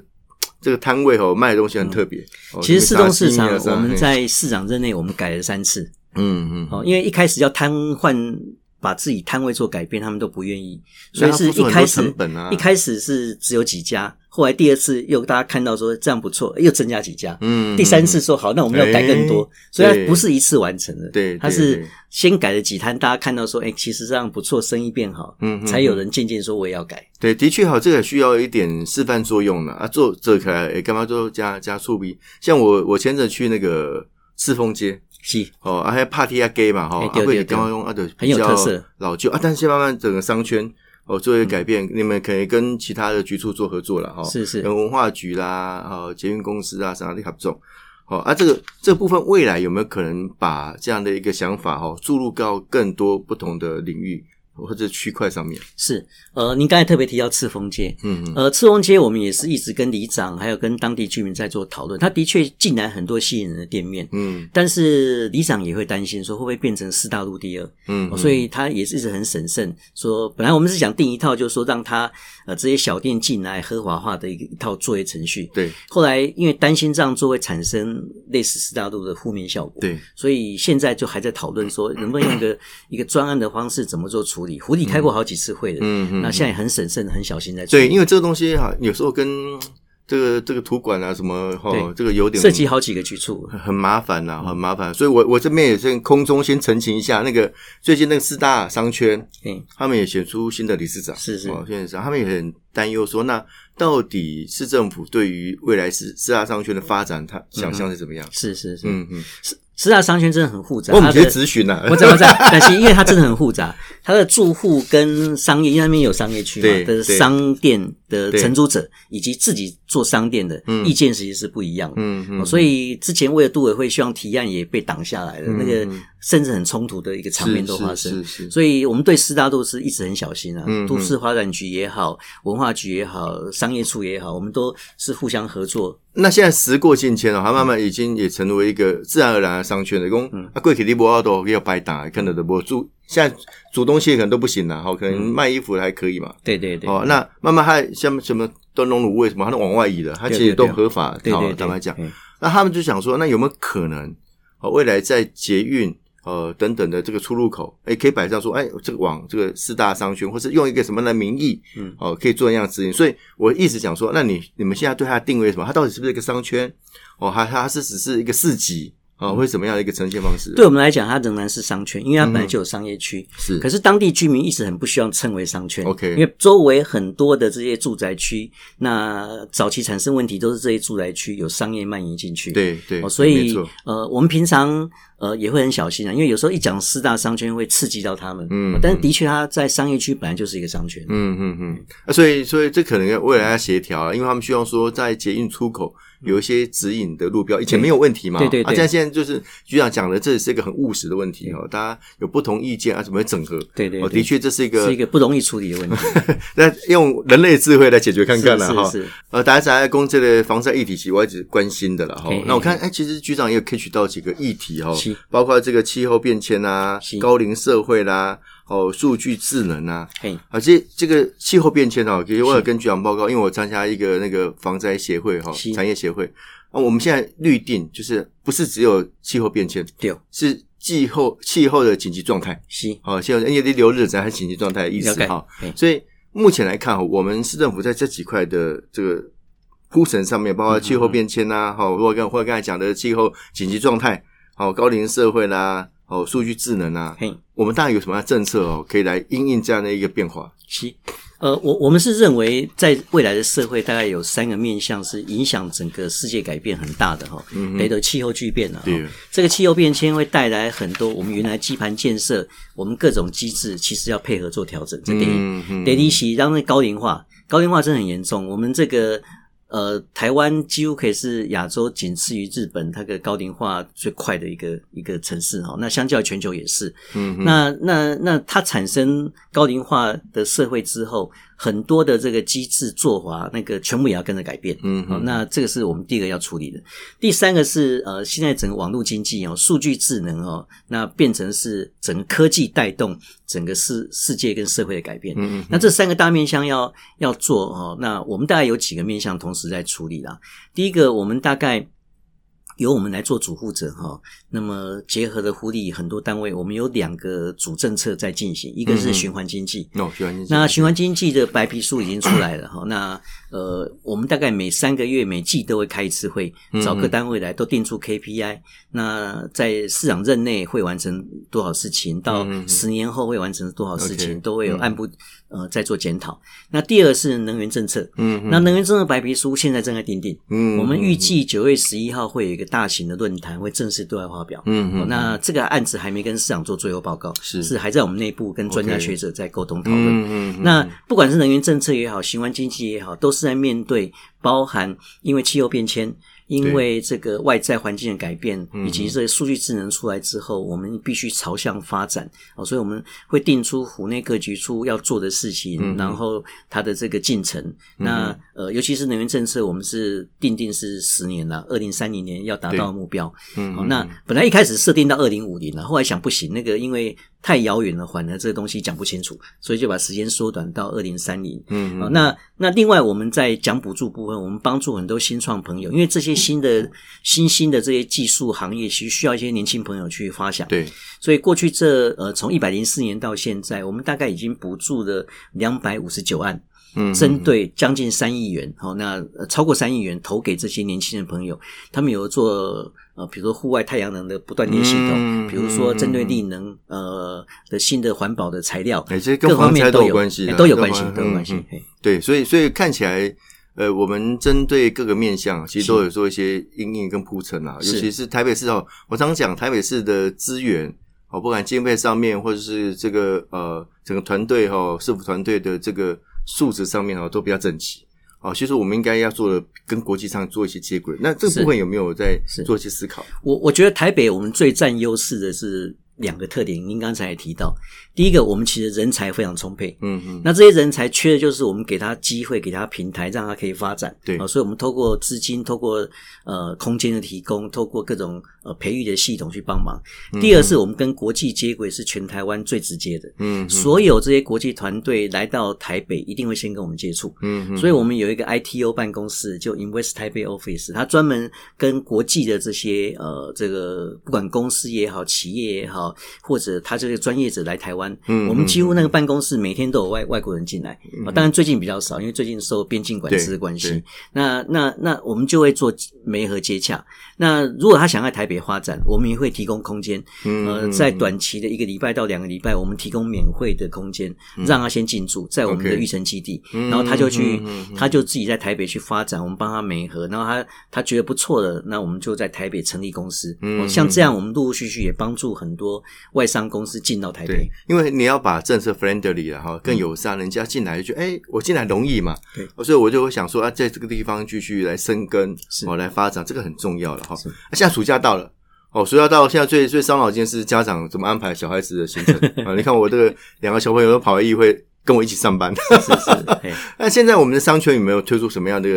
[SPEAKER 1] 这个摊位哦，卖的东西很特别。哦
[SPEAKER 2] 嗯其实
[SPEAKER 1] 什
[SPEAKER 2] 市
[SPEAKER 1] 么
[SPEAKER 2] 中市场
[SPEAKER 1] 炸鸡啊
[SPEAKER 2] 我们
[SPEAKER 1] 嘿
[SPEAKER 2] 在市长任内我们改了三次，
[SPEAKER 1] 嗯嗯
[SPEAKER 2] 哦，因为一开始要瘫痪，把自己摊位做改变，他们都不愿意，所以
[SPEAKER 1] 那他
[SPEAKER 2] 是
[SPEAKER 1] 付出
[SPEAKER 2] 一
[SPEAKER 1] 很
[SPEAKER 2] 开
[SPEAKER 1] 多
[SPEAKER 2] 始
[SPEAKER 1] 成本啊
[SPEAKER 2] 一开始是只有几家，后来第二次又大家看到说这样不错，又增加几家。
[SPEAKER 1] 嗯，
[SPEAKER 2] 第三次说好，那我们要改更多
[SPEAKER 1] 哎，
[SPEAKER 2] 所以
[SPEAKER 1] 对
[SPEAKER 2] 它不是一次完成的，
[SPEAKER 1] 对对
[SPEAKER 2] 它是
[SPEAKER 1] 对
[SPEAKER 2] 先改了几摊，大家看到说，哎，其实这样不错，生意变好，
[SPEAKER 1] 嗯嗯
[SPEAKER 2] 才有人渐渐说我也要改。
[SPEAKER 1] 对，的确好，这个需要一点示范作用的啊。做这可来，诶干嘛做加加醋逼？像我我前阵去那个赤峰街
[SPEAKER 2] 是，
[SPEAKER 1] 哦，啊还有 party 啊 gay 嘛哈，
[SPEAKER 2] 哎
[SPEAKER 1] 啊
[SPEAKER 2] 对
[SPEAKER 1] 会
[SPEAKER 2] 对
[SPEAKER 1] 刚刚用啊对，
[SPEAKER 2] 很有特色
[SPEAKER 1] 老旧啊，但是现在慢慢整个商圈哦做一个改变，你们可以跟其他的局处做合作了哈，
[SPEAKER 2] 嗯是是
[SPEAKER 1] 跟文化局啦、哦捷运公司啊啥的合作。好、哦、啊，这个这个部分未来有没有可能把这样的一个想法哈、哦注入到更多不同的领域或者区块上面？
[SPEAKER 2] 是，呃，您刚才特别提到赤峰街，
[SPEAKER 1] 嗯嗯
[SPEAKER 2] 呃，赤峰街我们也是一直跟里长还有跟当地居民在做讨论，它的确进来很多吸引人的店面，
[SPEAKER 1] 嗯
[SPEAKER 2] 但是里长也会担心说会不会变成四大陆第二，
[SPEAKER 1] 嗯
[SPEAKER 2] 哦
[SPEAKER 1] 嗯，
[SPEAKER 2] 所以他也是一直很审慎，说本来我们是想定一套，就是说让他呃这些小店进来合法化的一个一套作业程序。
[SPEAKER 1] 对
[SPEAKER 2] 后来因为担心这样做会产生类似四大陆的负面效果，
[SPEAKER 1] 对，
[SPEAKER 2] 所以现在就还在讨论说，能不能用一个 *coughs* 一个专案的方式怎么做处理。胡理开过好几次会的，
[SPEAKER 1] 嗯嗯
[SPEAKER 2] 那现在很审慎、很小心在处
[SPEAKER 1] 对，
[SPEAKER 2] 理，
[SPEAKER 1] 因为这个东西哈、有时候跟这个这个图馆啊什么哈、
[SPEAKER 2] 对
[SPEAKER 1] 这个有点嗯
[SPEAKER 2] 涉及好几个局处。
[SPEAKER 1] 很麻烦
[SPEAKER 2] 嗯
[SPEAKER 1] 呐、很麻烦。所以我我这边也是空中先澄清一下，那个最近那个四大商圈，
[SPEAKER 2] 对，
[SPEAKER 1] 他们也选出新的理事长，
[SPEAKER 2] 是是
[SPEAKER 1] 哦，新的理事长，他们也很担忧说，那到底市政府对于未来四四大商圈的发展，他想象是怎么样？
[SPEAKER 2] 嗯是是是，
[SPEAKER 1] 嗯嗯，
[SPEAKER 2] 十大商圈真的很复杂。
[SPEAKER 1] 我们
[SPEAKER 2] 它
[SPEAKER 1] 直
[SPEAKER 2] 的
[SPEAKER 1] 接咨询啊呐，
[SPEAKER 2] 我知道，我知道， *laughs* 但是因为它真的很复杂，它的住户跟商业，因为那边有商业区
[SPEAKER 1] 对
[SPEAKER 2] 嘛的
[SPEAKER 1] 对
[SPEAKER 2] 商店的
[SPEAKER 1] 对
[SPEAKER 2] 承租者以及自己做商店的
[SPEAKER 1] 嗯
[SPEAKER 2] 意见其实是不一样的。
[SPEAKER 1] *laughs* 嗯
[SPEAKER 2] 哦
[SPEAKER 1] 嗯，
[SPEAKER 2] 所以之前为了杜委会希望提案也被挡下来了，
[SPEAKER 1] 嗯
[SPEAKER 2] 那个
[SPEAKER 1] 嗯
[SPEAKER 2] 甚至很冲突的一个场面都发
[SPEAKER 1] 是
[SPEAKER 2] 生。
[SPEAKER 1] 是是是，
[SPEAKER 2] 所以我们对四大都市一直很小心啊，
[SPEAKER 1] 嗯嗯
[SPEAKER 2] 都市发展局也好，文化局也好，商业处也好，我们都是互相合作。
[SPEAKER 1] 那现在时过境迁了、哦，它
[SPEAKER 2] 嗯
[SPEAKER 1] 慢慢已经也成为一个自然而然的商圈了。公啊，贵体力不奥都要白打，看得的不住。现在煮东西可能都不行了，好，可
[SPEAKER 2] 嗯
[SPEAKER 1] 能卖衣服还可以嘛。
[SPEAKER 2] 对对对，
[SPEAKER 1] 哦，那慢慢它像什么灯笼卤味什么，它都往外移了，它其
[SPEAKER 2] 对
[SPEAKER 1] 实
[SPEAKER 2] 对
[SPEAKER 1] 都
[SPEAKER 2] 对
[SPEAKER 1] 合法。
[SPEAKER 2] 对嗯
[SPEAKER 1] 好
[SPEAKER 2] 对，
[SPEAKER 1] 坦白讲，
[SPEAKER 2] 对
[SPEAKER 1] 那他们就想说，那有没有可能，哦，未来在捷运呃等等的这个出入口，哎，可以摆上说，哎，这个往这个四大商圈，或是用一个什么样的名义，
[SPEAKER 2] 嗯，
[SPEAKER 1] 哦，可以做那样的事情。所以我一直讲说，那你你们现在对它的定位是什么？它到底是不是一个商圈？哦，还它是只是一个市集啊，哦会怎么样的一个呈现方式？
[SPEAKER 2] 嗯对，我们来讲，它仍然是商圈，因为它本来就有商业区。
[SPEAKER 1] 是
[SPEAKER 2] 可是当地居民一直很不希望称为商圈
[SPEAKER 1] OK
[SPEAKER 2] 因为周围很多的这些住宅区，那早期产生问题都是这些住宅区有商业蔓延进去。
[SPEAKER 1] 对对，
[SPEAKER 2] 哦，所
[SPEAKER 1] 没
[SPEAKER 2] 以
[SPEAKER 1] 错
[SPEAKER 2] 呃，我们平常呃也会很小心啊，因为有时候一讲四大商圈会刺激到他们，
[SPEAKER 1] 嗯
[SPEAKER 2] 哦但是的确它在商业区本来就是一个商圈，
[SPEAKER 1] 嗯嗯嗯，啊，所以所以这可能要未来要协调啊，因为他们希望说在捷运出口有一些指引的路标，以前没有问题嘛，
[SPEAKER 2] 对对
[SPEAKER 1] 啊，
[SPEAKER 2] 对
[SPEAKER 1] 像现在就是局长讲的，这是一个很务实的问题哦，大家有不同意见啊，怎么整合？
[SPEAKER 2] 对对
[SPEAKER 1] 哦，
[SPEAKER 2] 对
[SPEAKER 1] 的确这是一个
[SPEAKER 2] 是一个不容易处理的
[SPEAKER 1] *laughs*
[SPEAKER 2] 问题。
[SPEAKER 1] 那用人类智慧来解决看看了哈
[SPEAKER 2] 是。是是
[SPEAKER 1] 呃，大家在公这类防晒议题，其实我一直关心的了哈
[SPEAKER 2] 嘿嘿。
[SPEAKER 1] 那我看，哎，其实局长也有 catch 到几个议题哈
[SPEAKER 2] 是，
[SPEAKER 1] 包括这个气候变迁啊
[SPEAKER 2] 是、
[SPEAKER 1] 高龄社会啦、哦，数据智能啊，
[SPEAKER 2] 嘿，
[SPEAKER 1] 啊，这这个气候变迁哦，其实我有跟局长报告，因为我参加一个那个防灾协会哈、
[SPEAKER 2] 是
[SPEAKER 1] 产业协会啊，我们现在律定就是不是只有气候变迁，
[SPEAKER 2] 对，
[SPEAKER 1] 是气候气候的紧急状态
[SPEAKER 2] 是
[SPEAKER 1] 哦，气候因为你留日子还是紧急状态的意思
[SPEAKER 2] 了解
[SPEAKER 1] 哈、。
[SPEAKER 2] 嘿
[SPEAKER 1] 所以目前来看，我们市政府在这几块的这个铺陈上面，包括气候变迁
[SPEAKER 2] 嗯
[SPEAKER 1] 呐、啊，好、或跟或刚才讲的气候紧急状态，好、高龄社会啦、好数据智能啊，
[SPEAKER 2] 嘿，
[SPEAKER 1] 我们大概有什么样的政策哦，可以来因应这样的一个变化？
[SPEAKER 2] 是，呃，我我们是认为，在未来的社会，大概有三个面向是影响整个世界改变很大的哈、
[SPEAKER 1] 嗯
[SPEAKER 2] 雷的气候巨变啊、
[SPEAKER 1] 对
[SPEAKER 2] 哦，这个气候变迁会带来很多我们原来基盘建设，我们各种机制其实要配合做调整，这第一。
[SPEAKER 1] 嗯
[SPEAKER 2] 得利息，让那高龄化，高龄化真的很严重。我们这个呃，台湾几乎可以是亚洲仅次于日本，它的高龄化最快的一个一个城市哦。那相较于全球也是，
[SPEAKER 1] 嗯哼
[SPEAKER 2] 那那那它产生高龄化的社会之后，很多的这个机制做法，那个全部也要跟着改变。
[SPEAKER 1] 嗯
[SPEAKER 2] 好、
[SPEAKER 1] 哼
[SPEAKER 2] 那这个是我们第一个要处理的。第三个是呃，现在整个网络经济哦，数据智能哦，那变成是整个科技带动整个世世界跟社会的改变。
[SPEAKER 1] 嗯嗯
[SPEAKER 2] 那这三个大面向要要做哦，那我们大概有几个面向同时在处理啦。第一个，我们大概由我们来做主护者哈、那么结合了湖里很多单位，我们有两个主政策在进行，一个
[SPEAKER 1] 嗯嗯
[SPEAKER 2] 是循环经济，
[SPEAKER 1] 那我喜欢你讲
[SPEAKER 2] 那循环经济的白皮书已经出来了哈，那呃，我们大概每三个月、每季都会开一次会，找各单位来都定出 KPI。那在市长任内会完成多少事情，到
[SPEAKER 1] 嗯嗯嗯
[SPEAKER 2] 十年后会完成多少事
[SPEAKER 1] OK，
[SPEAKER 2] 情，都会有
[SPEAKER 1] 嗯
[SPEAKER 2] 按部呃在做检讨。那第二是能源政策，
[SPEAKER 1] 嗯哼
[SPEAKER 2] 那能源政策白皮书现在正在定定，
[SPEAKER 1] 嗯
[SPEAKER 2] 我们预计九月十一号会有一个大型的论坛会正式对外发表。
[SPEAKER 1] 嗯哼
[SPEAKER 2] 哦，那这个案子还没跟市长做最后报告，
[SPEAKER 1] 是
[SPEAKER 2] 是还在我们内部跟专家
[SPEAKER 1] OK
[SPEAKER 2] 学者在沟通讨论。
[SPEAKER 1] 嗯嗯
[SPEAKER 2] 那不管是能源政策也好，循环经济也好，都是在面对包含因为气候变迁，因为这个外在环境的改变，
[SPEAKER 1] 嗯
[SPEAKER 2] 以及这个数据智能出来之后，我们必须朝向发展哦，所以我们会定出虎内各局处要做的事情，
[SPEAKER 1] 嗯
[SPEAKER 2] 然后它的这个进程。那呃，尤其是能源政策，我们是定定是十年了，二零三零年要达到的目标。
[SPEAKER 1] 嗯
[SPEAKER 2] 好，
[SPEAKER 1] 嗯
[SPEAKER 2] 哦那本来一开始设定到二零五零了，后来想不行，那个因为太遥远了，反而这个东西讲不清楚，所以就把时间缩短到二零三零。
[SPEAKER 1] 嗯
[SPEAKER 2] 哦，那那另外我们在讲补助部分，我们帮助很多新创朋友，因为这些新的新兴的这些技术行业，其实需要一些年轻朋友去发想。，
[SPEAKER 1] 对，
[SPEAKER 2] 所以过去这呃从一百零四年到现在，我们大概已经补助了两百五十九案。
[SPEAKER 1] 嗯，
[SPEAKER 2] 针对将近三亿元，哦，那呃超过三亿元投给这些年轻人朋友，他们有做呃，比如说户外太阳能的不断电系
[SPEAKER 1] 嗯
[SPEAKER 2] 统，比如说针对
[SPEAKER 1] 嗯
[SPEAKER 2] 力能呃的新的环保的材料，
[SPEAKER 1] 哎，这
[SPEAKER 2] 各
[SPEAKER 1] 跟
[SPEAKER 2] 方
[SPEAKER 1] 房
[SPEAKER 2] 面
[SPEAKER 1] 拆
[SPEAKER 2] 都
[SPEAKER 1] 有关系
[SPEAKER 2] 哎
[SPEAKER 1] 的，
[SPEAKER 2] 都有
[SPEAKER 1] 跟
[SPEAKER 2] 关系
[SPEAKER 1] 房，
[SPEAKER 2] 都有
[SPEAKER 1] 嗯
[SPEAKER 2] 关系
[SPEAKER 1] 嗯。
[SPEAKER 2] 嘿
[SPEAKER 1] 对，所以所以看起来，呃，我们针对各个面向，其实都有做一些应应跟铺陈啊。尤
[SPEAKER 2] 是
[SPEAKER 1] 其是台北市哦，我常讲台北市的资源哦，不管经费上面，或者是这个呃整个团队哈，市府团队的这个素质上面哦，都比较整齐。哦，其实我们应该要做的跟国际上做一些接轨。那这个
[SPEAKER 2] 是
[SPEAKER 1] 部分有没有在
[SPEAKER 2] 是
[SPEAKER 1] 做一些思考？
[SPEAKER 2] 我我觉得台北我们最占优势的是两个特点，您刚才也提到，第一个我们其实人才非常充沛，
[SPEAKER 1] 嗯嗯，
[SPEAKER 2] 那这些人才缺的就是我们给他机会，给他平台，让他可以发展。
[SPEAKER 1] 对
[SPEAKER 2] 啊所以我们透过资金，透过呃空间的提供，透过各种呃培育的系统去帮忙。第二是我们跟国际接轨是全台湾最直接的，
[SPEAKER 1] 嗯，
[SPEAKER 2] 所有这些国际团队来到台北，一定会先跟我们接触。
[SPEAKER 1] 嗯嗯
[SPEAKER 2] 所以我们有一个 ITO 办公室，就 Invest Taipei Office，它专门跟国际的这些呃这个不管公司也好、企业也好，或者他这些专业者来台湾，
[SPEAKER 1] 嗯
[SPEAKER 2] 我们几乎那个办公室每天都有外外国人进来、啊当然最近比较少，因为最近受边境管制的关
[SPEAKER 1] 对
[SPEAKER 2] 系
[SPEAKER 1] 对。
[SPEAKER 2] 那那那我们就会做媒合接洽。那如果他想在台北发展，我们也会提供空间，
[SPEAKER 1] 嗯
[SPEAKER 2] 呃，
[SPEAKER 1] 嗯
[SPEAKER 2] 在短期的一个礼拜到两个礼拜，我们提供免费的空间，让他先进驻在我们的
[SPEAKER 1] 嗯 OK
[SPEAKER 2] 育成基地，
[SPEAKER 1] 嗯
[SPEAKER 2] 然后他就去
[SPEAKER 1] 嗯嗯嗯，
[SPEAKER 2] 他就自己在台北去发展，我们帮他媒合，然后他他觉得不错的，那我们就在台北成立公司。
[SPEAKER 1] 嗯
[SPEAKER 2] 哦像这样，我们陆陆续续也帮助很多外商公司进到台
[SPEAKER 1] 对
[SPEAKER 2] 北。，
[SPEAKER 1] 因为你要把政策 friendly 了哈，更友善，人家进来就觉得，哎、我进来容易嘛，
[SPEAKER 2] 嗯对，
[SPEAKER 1] 所以我就会想说啊，在这个地方继续来生根，
[SPEAKER 2] 是
[SPEAKER 1] 哦，来发展，这个很重要了哈。
[SPEAKER 2] 是
[SPEAKER 1] 啊现在暑假到了。哦，暑假到了，现在最最伤脑筋的是家长怎么安排小孩子的行
[SPEAKER 2] *laughs*
[SPEAKER 1] 程啊！你看我这个两个小朋友都跑来议会跟我一起上班。
[SPEAKER 2] 是是，哎嘿
[SPEAKER 1] *laughs* 那现在我们的商圈有没有推出什么样的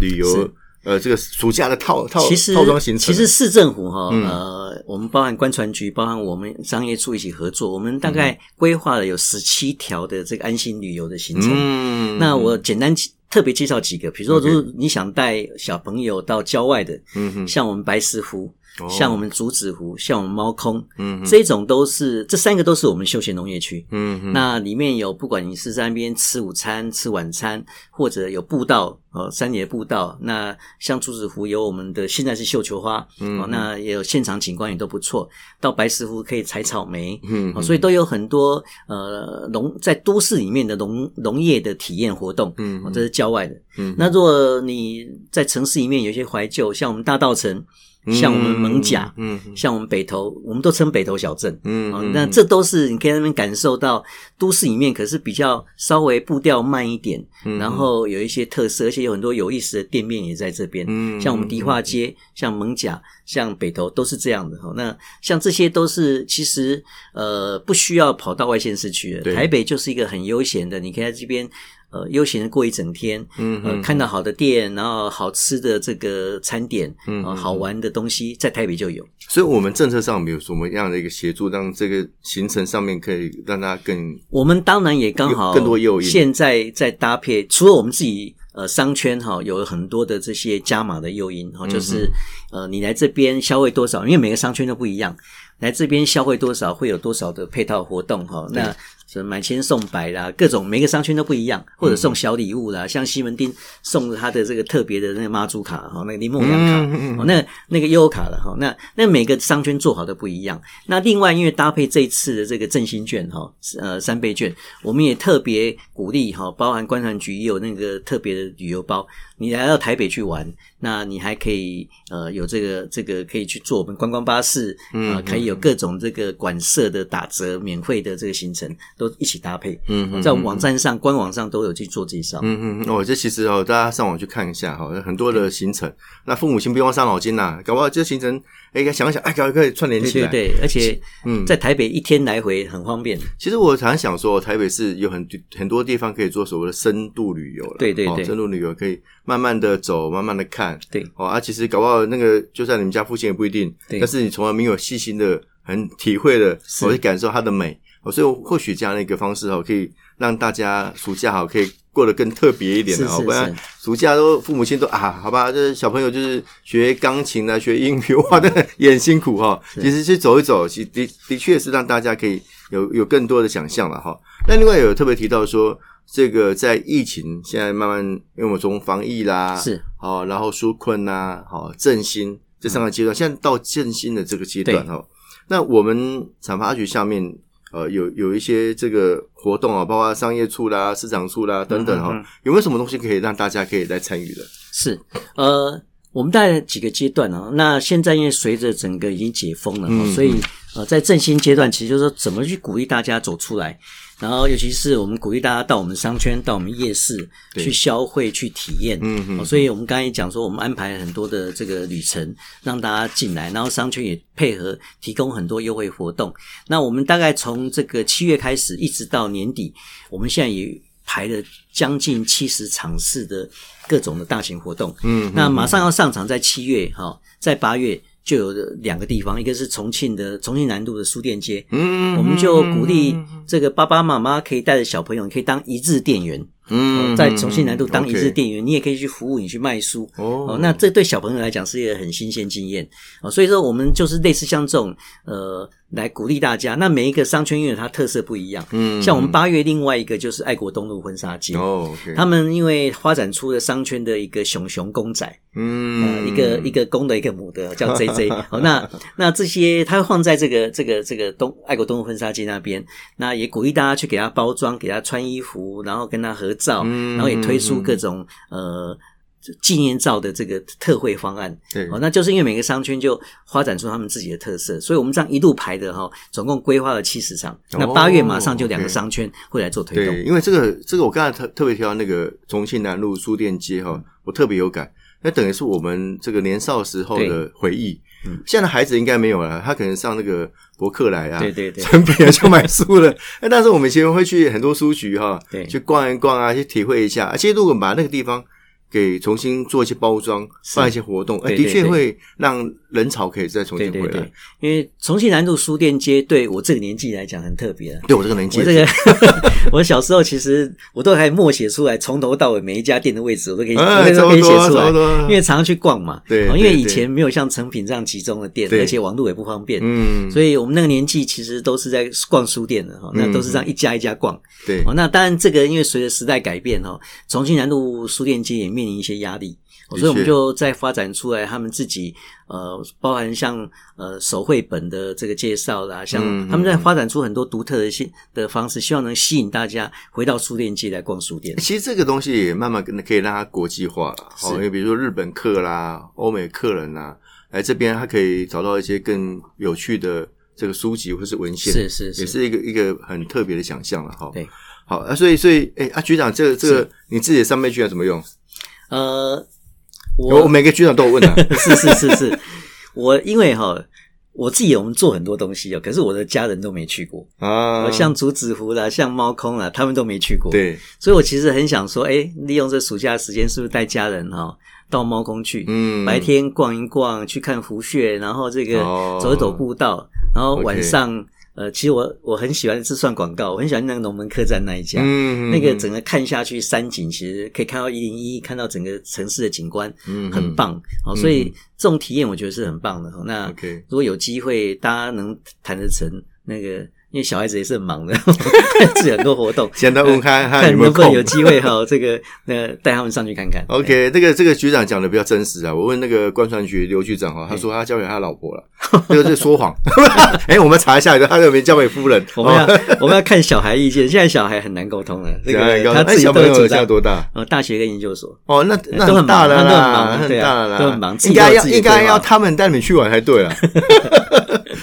[SPEAKER 1] 旅游
[SPEAKER 2] 是
[SPEAKER 1] 呃这个暑假的套套
[SPEAKER 2] 其实
[SPEAKER 1] 套装行程？
[SPEAKER 2] 其实市政府哈、
[SPEAKER 1] 嗯
[SPEAKER 2] 呃，我们包含观船局，包含我们商业处一起合作，我们大
[SPEAKER 1] 嗯
[SPEAKER 2] 概规划了有十七条的这个安心旅游的行程。
[SPEAKER 1] 嗯，
[SPEAKER 2] 那我简单介特别介绍几个，比如说，
[SPEAKER 1] OK
[SPEAKER 2] 如果你想带小朋友到郊外的，
[SPEAKER 1] 嗯哼
[SPEAKER 2] 像我们白石湖，
[SPEAKER 1] 哦
[SPEAKER 2] 像我们竹子湖，像我们猫空，
[SPEAKER 1] 嗯哼
[SPEAKER 2] 这种都是这三个都是我们休闲农业区。
[SPEAKER 1] 嗯哼
[SPEAKER 2] 那里面有，不管你是在那边吃午餐、吃晚餐，或者有步道，呃，山野步道。那像竹子湖有我们的，现在是绣球花，
[SPEAKER 1] 嗯
[SPEAKER 2] 哦，那也有现场景观也都不错。到白石湖可以采草莓，
[SPEAKER 1] 嗯
[SPEAKER 2] 哦，所以都有很多呃农在都市里面的农农业的体验活动，
[SPEAKER 1] 嗯
[SPEAKER 2] 哦，这是郊外的。
[SPEAKER 1] 嗯
[SPEAKER 2] 那如果你在城市里面有一些怀旧，像我们大稻城，像我们蒙甲，
[SPEAKER 1] 嗯哼
[SPEAKER 2] 像我们北投，我们都称北投小镇。
[SPEAKER 1] 嗯
[SPEAKER 2] 哦
[SPEAKER 1] 嗯，
[SPEAKER 2] 那
[SPEAKER 1] 嗯
[SPEAKER 2] 这都是你可以在那边感受到都市里面，可是比较稍微步调慢一点，
[SPEAKER 1] 嗯
[SPEAKER 2] 然后有一些特色，而且有很多有意思的店面也在这边。
[SPEAKER 1] 嗯
[SPEAKER 2] 像我们迪化街、像蒙甲、像北投都是这样的。哦，那像这些都是其实呃不需要跑到外县市去
[SPEAKER 1] 对
[SPEAKER 2] 的，台北就是一个很悠闲的，你可以在这边呃悠闲的过一整天。
[SPEAKER 1] 嗯
[SPEAKER 2] 呃，
[SPEAKER 1] 嗯
[SPEAKER 2] 看到好的店，然后好吃的这个餐点，
[SPEAKER 1] 嗯
[SPEAKER 2] 呃
[SPEAKER 1] 嗯
[SPEAKER 2] 好玩的东西，在台北就有。
[SPEAKER 1] 所以我们政策上有没有什么样的一个协助，让这个行程上面可以让它更
[SPEAKER 2] 我们当然也刚好
[SPEAKER 1] 有更多诱因
[SPEAKER 2] 现在在搭配，除了我们自己呃商圈哈、有很多的这些加码的诱因哈、
[SPEAKER 1] 嗯
[SPEAKER 2] 就是呃你来这边消费多少，因为每个商圈都不一样，来这边消费多少会有多少的配套活动哈、那什么买千送百啦，各种每个商圈都不
[SPEAKER 1] 嗯
[SPEAKER 2] 一样，或者送小礼物啦，像西门町送他的这个特别的那个妈祖卡哈、那个柠檬羊卡，
[SPEAKER 1] 嗯
[SPEAKER 2] 哦，那那个优卡了哈、那那每个商圈做好的不一样。那另外，因为搭配这一次的这个振兴券哈、呃三倍券，我们也特别鼓励哈、包含观船局也有那个特别的旅游包，你来到台北去玩，那你还可以呃有这个这个可以去坐我们观光巴士，啊、
[SPEAKER 1] 嗯
[SPEAKER 2] 可以有各种这个馆舍的打折免费的这个行程，都一起搭配。
[SPEAKER 1] 嗯嗯
[SPEAKER 2] 在网站上、官网上都有去做介绍。
[SPEAKER 1] 嗯嗯，哦，这其实哦，大家上网去看一下哈、很多的行程。那父母亲不用伤脑筋呐、搞不好这行程，哎，想一想，哎，搞可以串联
[SPEAKER 2] 对
[SPEAKER 1] 起
[SPEAKER 2] 对
[SPEAKER 1] 来。
[SPEAKER 2] 对，而且
[SPEAKER 1] 嗯
[SPEAKER 2] 在台北一天来回很方便。
[SPEAKER 1] 其实我常想说，台北市有很很多地方可以做所谓的深度旅游了。
[SPEAKER 2] 对对
[SPEAKER 1] 哦
[SPEAKER 2] 对
[SPEAKER 1] 深度旅游可以慢慢的走，慢慢的看。
[SPEAKER 2] 对
[SPEAKER 1] 哦啊，其实搞不好那个就在你们家附近也不一定，
[SPEAKER 2] 对
[SPEAKER 1] 但是你从来没有细心的、很体会的，
[SPEAKER 2] 是
[SPEAKER 1] 我去感受它的美。哦，所以或许这样的一个方式哦，可以让大家暑假好可以过得更特别一点的
[SPEAKER 2] 是
[SPEAKER 1] 哦，
[SPEAKER 2] 是
[SPEAKER 1] 不然
[SPEAKER 2] 是
[SPEAKER 1] 暑假都父母亲都啊，好吧，就是小朋友就是学钢琴啊，学英语，哇，那也很辛苦哈、哦。其实去走一走，其的的确是让大家可以有有更多的想象了哈、那另外有特别提到说，这个在疫情现在慢慢，因为我们从防疫啦，
[SPEAKER 2] 是
[SPEAKER 1] 好、哦然后纾困呐、好、振兴这三个
[SPEAKER 2] 嗯
[SPEAKER 1] 阶段，现在到振兴的这个阶段哦。那我们产发局下面呃有有一些这个活动啊、包括商业处啦、市场处啦等等哈、
[SPEAKER 2] 嗯嗯嗯
[SPEAKER 1] 有没有什么东西可以让大家可以来参与的？
[SPEAKER 2] 是，呃，我们大概几个阶段啊。那现在因为随着整个已经解封了、哦，
[SPEAKER 1] 嗯
[SPEAKER 2] 所以呃，在振兴阶段，其实就是说怎么去鼓励大家走出来，然后尤其是我们鼓励大家到我们商圈、到我们夜市
[SPEAKER 1] 对
[SPEAKER 2] 去消费、去体验。
[SPEAKER 1] 嗯嗯
[SPEAKER 2] 哦所以我们刚才也讲说，我们安排了很多的这个旅程让大家进来，然后商圈也配合提供很多优惠活动。那我们大概从这个七月开始，一直到年底，我们现在也排了将近七十场次的各种的大型活动。
[SPEAKER 1] 嗯
[SPEAKER 2] 那马上要上场，在七月哈、在八月就有两个地方，一个是重庆的重庆南路的书店街，
[SPEAKER 1] 嗯
[SPEAKER 2] 我们就鼓励这个爸爸妈妈可以带着小朋友，你可以当一日店员，哦
[SPEAKER 1] 嗯
[SPEAKER 2] 呃在重庆南路当一日
[SPEAKER 1] OK
[SPEAKER 2] 店员，你也可以去服务，你去卖书。
[SPEAKER 1] 哦
[SPEAKER 2] 哦，那这对小朋友来讲是一个很新鲜经验哦，所以说我们就是类似像这种呃，来鼓励大家。那每一个商圈因为它特色不一样，
[SPEAKER 1] 嗯
[SPEAKER 2] 像我们八月另外一个就是爱国东路婚纱街，
[SPEAKER 1] 哦，OK，
[SPEAKER 2] 他们因为发展出了商圈的一个熊熊公仔，呃，
[SPEAKER 1] 嗯
[SPEAKER 2] 一个一个公的，一个母的，
[SPEAKER 1] *laughs*
[SPEAKER 2] 叫 JJ。好，那那这些它放在这个这个这个东爱国东路婚纱街那边，那也鼓励大家去给他包装，给他穿衣服，然后跟他合照，
[SPEAKER 1] 嗯
[SPEAKER 2] 然后也推出各种呃纪念照的这个特惠方案。
[SPEAKER 1] 对
[SPEAKER 2] 哦，那就是因为每个商圈就发展出他们自己的特色，所以我们这样一路排的哈、总共规划了七十场。那
[SPEAKER 1] 哦
[SPEAKER 2] 八月马上就两个
[SPEAKER 1] OK
[SPEAKER 2] 商圈会来做推动
[SPEAKER 1] 对，。因为这个这个我刚才特特别提到那个重庆南路书店街
[SPEAKER 2] 嗯
[SPEAKER 1] 哈、我特别有感。那等于是我们这个年少时候的回忆
[SPEAKER 2] 对嗯。
[SPEAKER 1] 现在的孩子应该没有了，他可能上那个博客来啊， *laughs*
[SPEAKER 2] 对对对
[SPEAKER 1] 成品啊就买书了。 *laughs* 那但是我们以前会去很多书局哈、
[SPEAKER 2] 对
[SPEAKER 1] 去逛一逛啊，去体会一下。而且如果把那个地方给重新做一些包装，
[SPEAKER 2] 是
[SPEAKER 1] 办一些活动，哎，
[SPEAKER 2] 对对
[SPEAKER 1] 的确
[SPEAKER 2] 对
[SPEAKER 1] 会让人潮可以再重
[SPEAKER 2] 对
[SPEAKER 1] 新
[SPEAKER 2] 对
[SPEAKER 1] 回
[SPEAKER 2] 对
[SPEAKER 1] 来。，
[SPEAKER 2] 因为重庆南路书店街对我这个年纪来讲很特别啊，
[SPEAKER 1] 对我这个年纪
[SPEAKER 2] 我，这个， *laughs* 我小时候其实我都还默写出来，从头到尾每一家店的位置我都可以，
[SPEAKER 1] 哎
[SPEAKER 2] 我都可以写
[SPEAKER 1] 差不多
[SPEAKER 2] 出来
[SPEAKER 1] 差不多，
[SPEAKER 2] 因为常常去逛嘛。
[SPEAKER 1] 对
[SPEAKER 2] 哦因为
[SPEAKER 1] 对
[SPEAKER 2] 以
[SPEAKER 1] 对
[SPEAKER 2] 前没有像成品这样集中的店，
[SPEAKER 1] 对
[SPEAKER 2] 而且网络也不方便，
[SPEAKER 1] 嗯，
[SPEAKER 2] 所以我们那个年纪其实都是在逛书店的哈，那都是这样
[SPEAKER 1] 嗯
[SPEAKER 2] 一家一家逛。
[SPEAKER 1] 对
[SPEAKER 2] 哦，，那当然这个因为随着时代改变哈，重庆南路书店街也面临一些压力。哦
[SPEAKER 1] 的
[SPEAKER 2] 所以我们
[SPEAKER 1] 确
[SPEAKER 2] 就在发展出来他们自己，呃，包含像呃手绘本的这个介绍啦，像
[SPEAKER 1] 嗯嗯
[SPEAKER 2] 他们在发展出很多独特的新的方式，希望能吸引大家回到书店街来逛书店。
[SPEAKER 1] 其实这个东西也慢慢跟可以让它国际化了，
[SPEAKER 2] 是
[SPEAKER 1] 哦，因为比如说日本客啦、欧美客人啦，来这边他可以找到一些更有趣的这个书籍或是文献，
[SPEAKER 2] 是是
[SPEAKER 1] 也
[SPEAKER 2] 是，
[SPEAKER 1] 是一个一个很特别的想象了哈。
[SPEAKER 2] 对，
[SPEAKER 1] 好啊，所以所以哎啊，局长，这个这个你自己的上面局长怎么用？
[SPEAKER 2] 呃，
[SPEAKER 1] 我
[SPEAKER 2] 我
[SPEAKER 1] 每个局长都有问
[SPEAKER 2] *laughs*
[SPEAKER 1] 啊，
[SPEAKER 2] 是是是是， *laughs* 我因为哈我自己我们做很多东西哦，可是我的家人都没去过，
[SPEAKER 1] 啊，
[SPEAKER 2] 像竹子湖啦，像猫空啦，他们都没去过。。
[SPEAKER 1] 对，
[SPEAKER 2] 所以我其实很想说，哎，利用这暑假时间，是不是带家人哈、哦、到猫空去？
[SPEAKER 1] 嗯，
[SPEAKER 2] 白天逛一逛，去看湖穴，然后这个
[SPEAKER 1] 哦
[SPEAKER 2] 走一走步道，然后
[SPEAKER 1] OK
[SPEAKER 2] 晚上呃，其实我我很喜欢，这算广告，我很喜欢那个龙门客栈那一家。
[SPEAKER 1] 嗯，嗯
[SPEAKER 2] 那个整个看下去，山景其实可以看到一零一，看到整个城市的景观，
[SPEAKER 1] 嗯嗯
[SPEAKER 2] 很棒。哦，所以这种体验我觉得是很棒的。哦那
[SPEAKER 1] OK
[SPEAKER 2] 如果有机会，大家能谈得成那个，因为小孩子也是很忙的， *laughs* 但是很多活动，
[SPEAKER 1] 现在问
[SPEAKER 2] *laughs*
[SPEAKER 1] 看看有没有
[SPEAKER 2] 能不能
[SPEAKER 1] 空
[SPEAKER 2] 有。机会哈，这个呃带他们上去看看。
[SPEAKER 1] OK，这个这个局长讲的比较真实啊。我问那个观船局刘局长哈，他说他交给他老婆了， *laughs* 这个是说谎。 *laughs* 哎，我们查一下，他有没有交给夫人？
[SPEAKER 2] *laughs* 我们要
[SPEAKER 1] 哦
[SPEAKER 2] 我们要看小孩意见，现在小孩很难沟通了，这
[SPEAKER 1] 哎
[SPEAKER 2] 个
[SPEAKER 1] 告诉
[SPEAKER 2] 他
[SPEAKER 1] 哎
[SPEAKER 2] 自己
[SPEAKER 1] 小
[SPEAKER 2] 都
[SPEAKER 1] 朋
[SPEAKER 2] 有
[SPEAKER 1] 友
[SPEAKER 2] 主
[SPEAKER 1] 现在
[SPEAKER 2] 张。
[SPEAKER 1] 多大？
[SPEAKER 2] 呃，大学跟研究所，
[SPEAKER 1] 哦，那那
[SPEAKER 2] 都很忙
[SPEAKER 1] 大了
[SPEAKER 2] 那都很
[SPEAKER 1] 啦，
[SPEAKER 2] 忙
[SPEAKER 1] 很
[SPEAKER 2] 对啊
[SPEAKER 1] 大了啦，
[SPEAKER 2] 都很忙自己
[SPEAKER 1] 应该
[SPEAKER 2] 都有
[SPEAKER 1] 要
[SPEAKER 2] 自己的
[SPEAKER 1] 应该
[SPEAKER 2] 规划 *laughs*
[SPEAKER 1] 要他们带你们去玩才对了。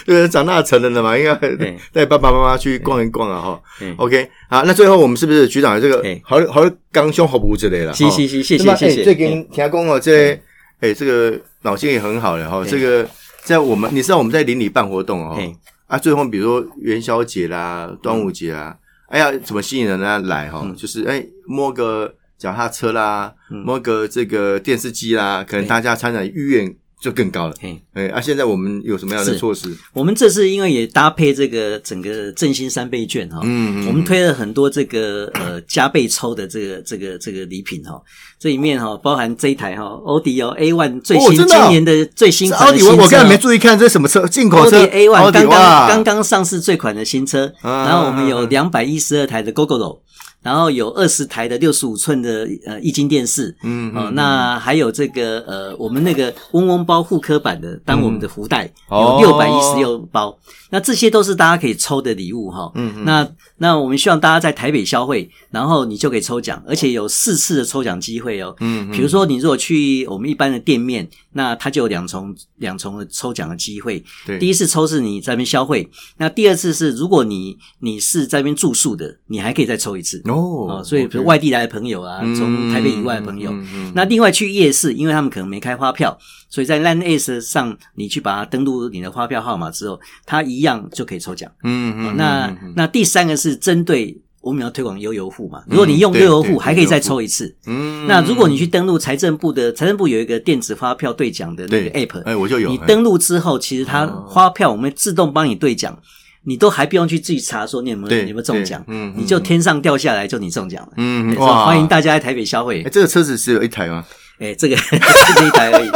[SPEAKER 1] 对，长大成人了嘛，应该
[SPEAKER 2] 对
[SPEAKER 1] 带爸爸妈妈去逛一逛啊哈。
[SPEAKER 2] 嗯
[SPEAKER 1] OK，好，那最后我们是不是局长这个
[SPEAKER 2] 嘿
[SPEAKER 1] 好好刚胸好不之类了？
[SPEAKER 2] 是
[SPEAKER 1] 哈
[SPEAKER 2] 是是，谢
[SPEAKER 1] 那
[SPEAKER 2] 谢
[SPEAKER 1] 么
[SPEAKER 2] 谢
[SPEAKER 1] 哎
[SPEAKER 2] 谢。
[SPEAKER 1] 最近听讲哦，这哎这个脑筋也很好了哈。
[SPEAKER 2] 对
[SPEAKER 1] 这个在我们你知道我们在邻里办活动哦
[SPEAKER 2] 嘿
[SPEAKER 1] 啊，最后比如说元宵节啦、端午节
[SPEAKER 2] 嗯
[SPEAKER 1] 啦，哎呀，怎么吸引人家来哈？就是哎摸个脚踏车啦，
[SPEAKER 2] 嗯
[SPEAKER 1] 摸个这个电视机啦，可能
[SPEAKER 2] 对
[SPEAKER 1] 大家参展意愿就更高了。
[SPEAKER 2] 嘿
[SPEAKER 1] 哎啊，现在我们有什么样的
[SPEAKER 2] 是
[SPEAKER 1] 措施？
[SPEAKER 2] 我们这次因为也搭配这个整个振兴三倍券哈、
[SPEAKER 1] 嗯
[SPEAKER 2] 我们推了很多这个呃加倍抽的这个这个这个礼品哈、这里面哈、包含这一台哈、欧迪哦 A One 最新、
[SPEAKER 1] 真的哦
[SPEAKER 2] 今年的最新
[SPEAKER 1] 是
[SPEAKER 2] 款
[SPEAKER 1] 奥
[SPEAKER 2] 的
[SPEAKER 1] 迪，
[SPEAKER 2] 新
[SPEAKER 1] 我
[SPEAKER 2] 车
[SPEAKER 1] 我刚才
[SPEAKER 2] 哦
[SPEAKER 1] 没注意看这是什么车，进口
[SPEAKER 2] 奥迪
[SPEAKER 1] 车
[SPEAKER 2] A One
[SPEAKER 1] 奥迪
[SPEAKER 2] 刚
[SPEAKER 1] 哇
[SPEAKER 2] 刚刚刚上市最款的新车，
[SPEAKER 1] 啊
[SPEAKER 2] 然后我们有
[SPEAKER 1] 啊
[SPEAKER 2] 两百一十二台的 GoGoRo，然后有二十台的六十五寸的呃液晶电视，
[SPEAKER 1] 嗯
[SPEAKER 2] 哦，那还有这个呃，我们那个嗡嗡包护科版的当我们的福袋，
[SPEAKER 1] 哦
[SPEAKER 2] 有六百一十六包，那这些都是大家可以抽的礼物哈。
[SPEAKER 1] 嗯
[SPEAKER 2] 那那我们希望大家在台北消费，然后你就可以抽奖，而且有四次的抽奖机会哦。
[SPEAKER 1] 嗯
[SPEAKER 2] 比如说，你如果去我们一般的店面，那它就有两重两重的抽奖的机会。
[SPEAKER 1] 对
[SPEAKER 2] 第一次抽是你在那边消费，那第二次是如果你你是在那边住宿的，你还可以再抽一次。
[SPEAKER 1] 哦
[SPEAKER 2] 哦，所以比如外地来的朋友啊，
[SPEAKER 1] 嗯
[SPEAKER 2] 从台北以外的朋友，那另外去夜市，因为他们可能没开发票，所以在 Land Ace 上，你去把它登录你的发票号码之后，它一样就可以抽奖。
[SPEAKER 1] 嗯
[SPEAKER 2] 哦
[SPEAKER 1] 嗯，
[SPEAKER 2] 那
[SPEAKER 1] 嗯
[SPEAKER 2] 那第三个是针对我们要推广悠游户嘛，如果你用
[SPEAKER 1] 对
[SPEAKER 2] 悠游
[SPEAKER 1] 对
[SPEAKER 2] 户，
[SPEAKER 1] 对
[SPEAKER 2] 还可以再
[SPEAKER 1] 悠游户
[SPEAKER 2] 抽一次。
[SPEAKER 1] 嗯
[SPEAKER 2] 那如果你去登录财政部的财政部有一个电子发票兑奖的那
[SPEAKER 1] 对
[SPEAKER 2] 个 App，
[SPEAKER 1] 哎，我就有
[SPEAKER 2] 你
[SPEAKER 1] 哎
[SPEAKER 2] 登录之后，其实它
[SPEAKER 1] 哦
[SPEAKER 2] 花票我们自动帮你兑奖，你都还不用去自己查说你有没有
[SPEAKER 1] 对
[SPEAKER 2] 有没有中奖
[SPEAKER 1] 对嗯，
[SPEAKER 2] 你就天上掉下来就你中奖了。
[SPEAKER 1] 嗯
[SPEAKER 2] 哎所以欢迎大家来台北消费
[SPEAKER 1] 哎，。这个车子只有一台吗？
[SPEAKER 2] 哎，这个 *laughs* 这一
[SPEAKER 1] *laughs*
[SPEAKER 2] 台而已，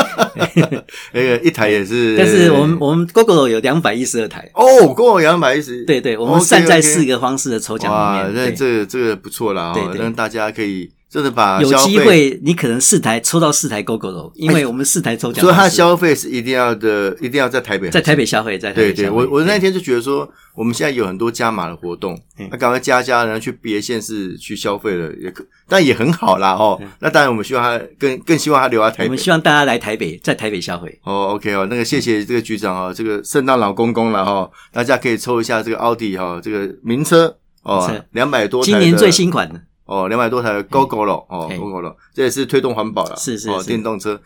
[SPEAKER 1] 那个哎一台也是，
[SPEAKER 2] 但是我们我们 GoGo 有两百一十二台。
[SPEAKER 1] 哦，跟我两百一十，
[SPEAKER 2] 对对，我们
[SPEAKER 1] OK，OK
[SPEAKER 2] 站在四个方式的抽奖
[SPEAKER 1] 哇，
[SPEAKER 2] 里
[SPEAKER 1] 那
[SPEAKER 2] 面，对
[SPEAKER 1] 这个这个不错啦，
[SPEAKER 2] 对
[SPEAKER 1] 哦
[SPEAKER 2] 对
[SPEAKER 1] 让大家可以真的把
[SPEAKER 2] 有
[SPEAKER 1] 消
[SPEAKER 2] 机
[SPEAKER 1] 费，
[SPEAKER 2] 会你可能四台抽到四台 GoGo 楼，因为我们四台抽奖
[SPEAKER 1] 所以他
[SPEAKER 2] 方式
[SPEAKER 1] 消费是一定要的，一定要在台北，
[SPEAKER 2] 在台北消费，在台
[SPEAKER 1] 对
[SPEAKER 2] 北消
[SPEAKER 1] 对，
[SPEAKER 2] 费。
[SPEAKER 1] 我我那
[SPEAKER 2] 对
[SPEAKER 1] 天就觉得说，我们现在有很多加码的活动，
[SPEAKER 2] 嗯
[SPEAKER 1] 那赶快加加，然后去别县市去消费了，也可，但也很好啦哦。那当然，我们希望他更更希望他留在台
[SPEAKER 2] 嗯我
[SPEAKER 1] 北
[SPEAKER 2] 们。希望大家来台北，在台北消费。
[SPEAKER 1] 哦，OK 哦，那个谢谢这个局长哦，这个圣诞老公公了哦，大家可以抽一下这个奥迪哦，这个名车哦
[SPEAKER 2] 名车，
[SPEAKER 1] 两百多台
[SPEAKER 2] 今
[SPEAKER 1] 的，
[SPEAKER 2] 年最新款的，
[SPEAKER 1] 哦，两百多台的 GoGo 了哦
[SPEAKER 2] 嘿
[SPEAKER 1] ，GoGo 了，这也是推动环保了，
[SPEAKER 2] 是是
[SPEAKER 1] 哦，
[SPEAKER 2] 是
[SPEAKER 1] 电动车。